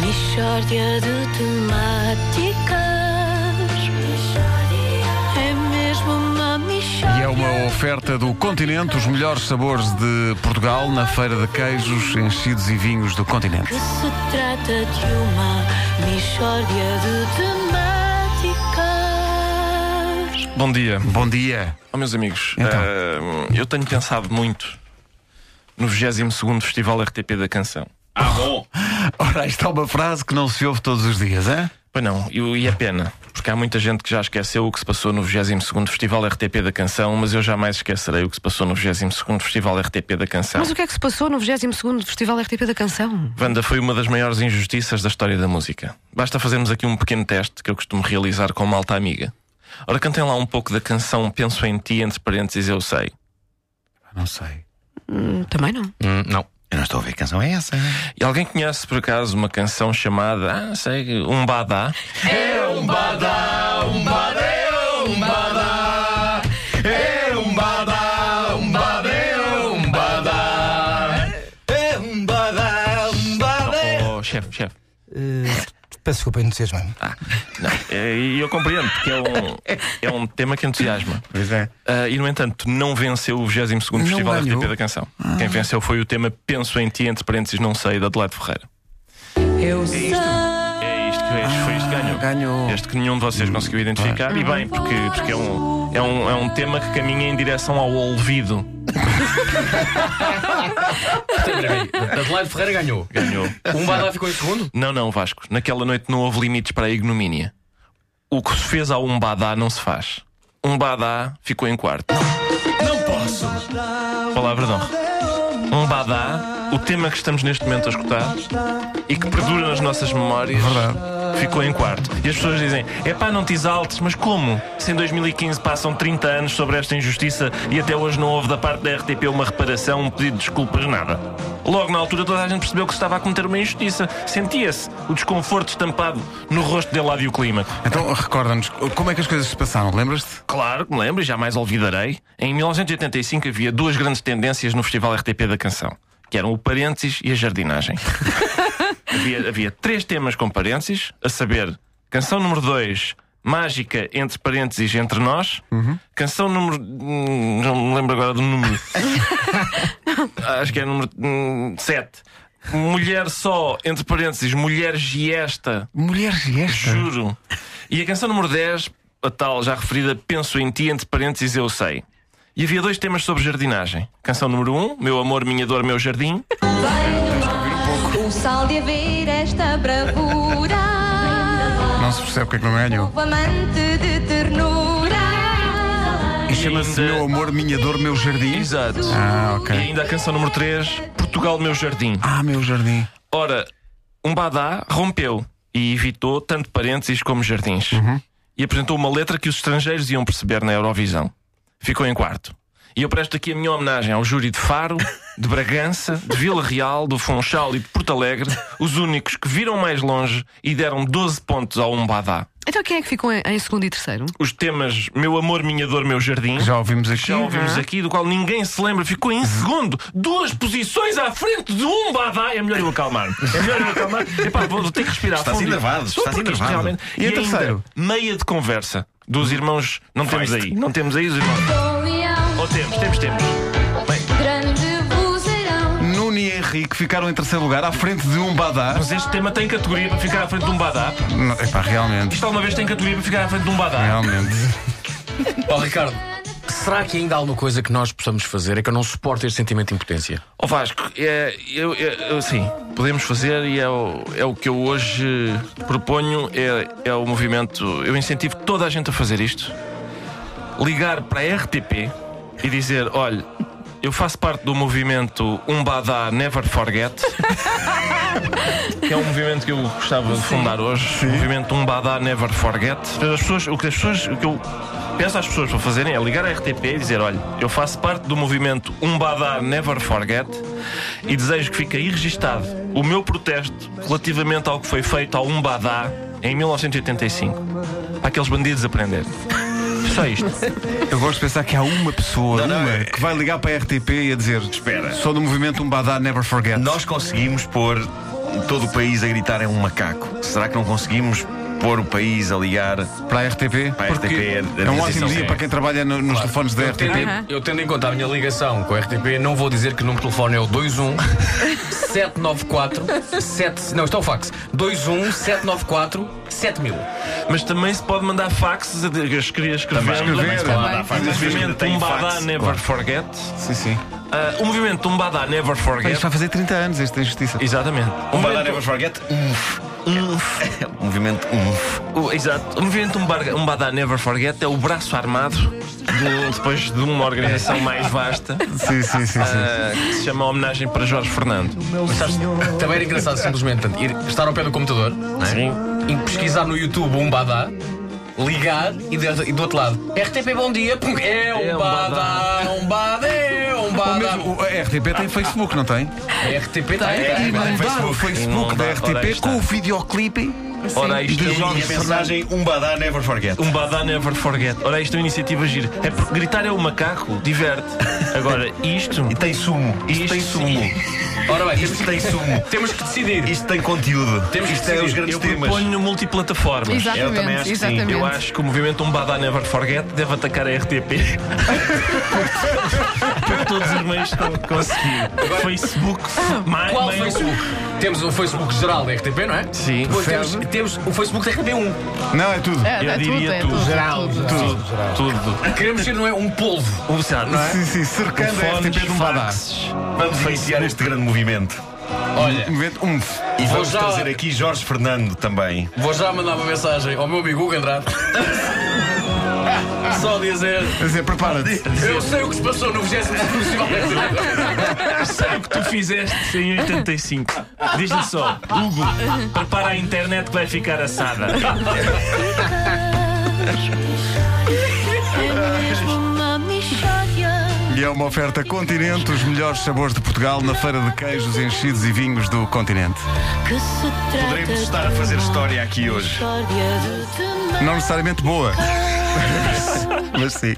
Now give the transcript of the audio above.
Mistória de temáticas. É mesmo uma mistória. E é uma oferta do continente, os melhores sabores de Portugal na feira de queijos, enchidos e vinhos do continente. Que se trata de uma mistória de temáticas. Bom dia, Bom dia. oh, meus amigos. Então. Ah, eu tenho pensado muito no 22 Festival RTP da Canção. Ora, isto é uma frase que não se ouve todos os dias, é? Pois não, e, e é pena, porque há muita gente que já esqueceu o que se passou no 22 Festival RTP da Canção, mas eu jamais esquecerei o que se passou no 22 Festival RTP da Tá. Canção. Mas o que é que se passou no 22º Festival RTP da Canção? Wanda foi uma das maiores injustiças da história da música. Basta fazermos aqui um pequeno teste que eu costumo realizar com uma alta amiga. Ora, cantem lá um pouco da canção Penso em Ti, entre parênteses, eu sei. Não sei. Hum, Também não. não. Eu não estou a ouvir que canção é essa. E alguém conhece por acaso uma canção chamada, ah, não sei, Um Badá? Oh, chefe, chefe. Eh, Peço desculpa, entusiasmo. Não, é, e eu compreendo, porque é um, é um tema que entusiasma. Pois é. Ah, e, no entanto, não venceu o 22 Festival ganhou. RTP da Canção. Quem venceu foi o tema Penso em Ti, entre parênteses, não sei, da Adelaide Ferreira. Eu sei. É isto que é isto, foi isto que ganhou. Ganhou. Este que nenhum de vocês conseguiu identificar, e bem, porque, porque é, um, é, um, é um tema que caminha em direção ao olvido. Adelaide Um Ferreira ganhou. Ganhou. Um Badá ficou em segundo? Não, não, Vasco. Naquela noite não houve limites para a ignomínia. O que se fez ao Umbadá não se faz. Umbadá ficou em quarto. Não, posso! Palavra de honra. Umbadá, o tema que estamos neste momento a escutar e que perdura nas nossas memórias, ficou em quarto. E as pessoas dizem: é pá, não te exaltes, mas como? Se em 2015 passam 30 anos sobre esta injustiça e até hoje não houve da parte da RTP uma reparação, um pedido de desculpas, nada. Logo na altura toda a gente percebeu que se estava a cometer uma injustiça. Sentia-se o desconforto estampado no rosto dele lá e o clima. Então, recorda-nos, como é que as coisas se passaram? Lembras-te? Claro que me lembro e jamais olvidarei. Em 1985 havia duas grandes tendências no Festival RTP da Canção, que eram o parênteses e a jardinagem. havia, havia três temas com parênteses, a saber, canção número 2, mágica entre parênteses entre nós, canção número. hum, Não me lembro agora do número. Acho que é número 7. Mulher só, entre parênteses, mulher giesta. Mulheres e esta? Juro. E a canção número 10, a tal já referida Penso em Ti, entre parênteses, eu sei. E havia dois temas sobre jardinagem. Canção número 1, Meu Amor, Minha Dor, Meu Jardim. O sal de haver esta bravura. Não se percebe porque é que não ganhou. O amante de ternura. E chama-se ainda- Meu Amor, Minha Dor, Meu Jardim. Exato. Ah, E ok. ainda a canção número 3, Portugal, Meu Jardim. Ah, meu jardim. Ora, um badá rompeu e evitou tanto parênteses como jardins. E apresentou uma letra que os estrangeiros iam perceber na Eurovisão. Ficou em quarto. E eu presto aqui a minha homenagem ao júri de Faro, de Bragança, de Vila Real, do Funchal e de Porto Alegre, os únicos que viram mais longe e deram 12 pontos ao um badá. Então quem é que ficou em, em segundo e terceiro? Os temas Meu Amor, Minha Dor, Meu Jardim. Já ouvimos aqui. Já ouvimos aqui, do qual ninguém se lembra, ficou em segundo, duas posições à frente de um badá. É melhor eu acalmar-me. É melhor eu acalmar-me. Epá, vou ter que respirar. Estás fundo. enervado, Estou, estás porque isto enervado. realmente- E E, a ainda, terceiro? meia de conversa dos irmãos. Não temos aí, não temos aí os irmãos. Ou temos, temos, temos. um Grande vozeirão. Nuno e Henrique ficaram em terceiro lugar, à frente de um badá. Mas este tema tem categoria para ficar à frente de um badá. Não, epá, realmente. Isto alguma vez tem categoria para ficar à frente de um badá. Realmente. Ó Ricardo, será que ainda há alguma coisa que nós possamos fazer? É que eu não suporto este sentimento de impotência. Ó Vasco, é, eu, é- eu- sim, podemos fazer e é o, é o que eu hoje proponho, é, é o movimento. Eu incentivo toda a gente a fazer isto. Ligar para a RTP e dizer: olha, eu faço parte do movimento Umbadá Never Forget, que é um movimento que eu gostava de fundar hoje. O movimento Umbadá Never Forget. As pessoas, o, que as pessoas, o que eu peço às pessoas para fazerem é ligar à RTP e dizer: olha, eu faço parte do movimento Umbadá Never Forget e desejo que fique aí registado o meu protesto relativamente ao que foi feito ao Umbadá em 1985. Para aqueles bandidos aprenderem. Só isto. Eu gosto de pensar que há uma pessoa, Não, não, uma, é- que vai ligar para a RTP e a dizer: Espera. Sou do movimento Um Badá Never Forget. Nós conseguimos pôr todo o país a gritar é um macaco. Será que não conseguimos pôr o país a ligar? Para a RTP? Para a porque RTP, a é um ótimo transição dia é- para quem trabalha no- nos telefones da Eu tendo, RTP. Tipo, eu tendo em conta a minha ligação com a RTP, não vou dizer que o número de telefone é o 21 794 7, não, isto é o fax. 21 794 7000. Mas também se pode mandar faxes a dizer, eu escrevi- escrevendo. escrever. Claro, Também. faz O isso, movimento tem Tumbada fax. Never Forget. Sim, sim. Ah, o movimento Tumbada Never Pá, Forget. Isto vai fazer 30 anos, esta injustiça. Exatamente. O Tumbada movimento- Never Forget. Umf. Umf. Movimento umf. O- Exato. O movimento Umbarga- Umbada Never Forget é o braço armado de- um, depois de uma É. organização mais vasta Sim, sim, sim. sim. ah, que se chama Homenagem para Jorge Fernando. Também era engraçado simplesmente portanto, ir, estar ao pé do computador, não é? E pesquisar no YouTube um badá, ligar e, de- e do outro lado. RTP bom dia, pum, é É um um badá, um badá, é um Ou badá. mesmo, o- a RTP ah, tem Facebook, não tem? A RTP está aí. E tá aí. mandar o Facebook E da mandar, ora aí RTP está. com o videoclipe. Ora, isto é De um E Jorge a mensagem Umbada Never Forget. Um badá never forget. Ora, isto é uma iniciativa gira. É porque gritar é o macaco, diverte. Agora, isto. E tem sumo. Isto Isto tem sumo. Ora bem, temos, Isto tem sumo. temos que decidir. Isto tem conteúdo. Temos que Isto é os decidir. grandes Eu temas. proponho multiplataformas. Eu também Exatamente, acho que sim. exatamente. Eu acho que o movimento Um Badá Never Forget deve atacar a RTP. Porque todos os meios estão a conseguir. Facebook, mais. Qual Facebook? é um Temos o Facebook geral da RTP, não é? Sim. Depois temos, temos o Facebook da RTP 1. Não, é tudo. É, Eu é tudo, diria é tudo. tudo. Geral, é tudo. Tudo. Tudo. Queremos ser, não é? Um polvo. O sabe, não é? Sim, sim, cercando a Telefones, RTP de um radar. faxes. Vamos iniciar este grande movimento. Olha, Movimento, um. E Vou vamos já- trazer aqui Jorge Fernando também. vou já mandar uma mensagem ao meu amigo Hugo Andrade. Só dizer. Quer dizer, prepara-te. Eu sei o que se passou no 20 Festival da RTP. Sei o que tu fizeste em 85. Diz-lhe só, Hugo, prepara a internet que vai ficar assada. É mesmo uma mixórdia. E é uma oferta Continente, os melhores sabores de Portugal na feira de queijos, enchidos e vinhos do Continente. Que se trata Poderemos estar de a fazer uma história aqui hoje. mixórdia de Não necessariamente boa, demais. mas sim.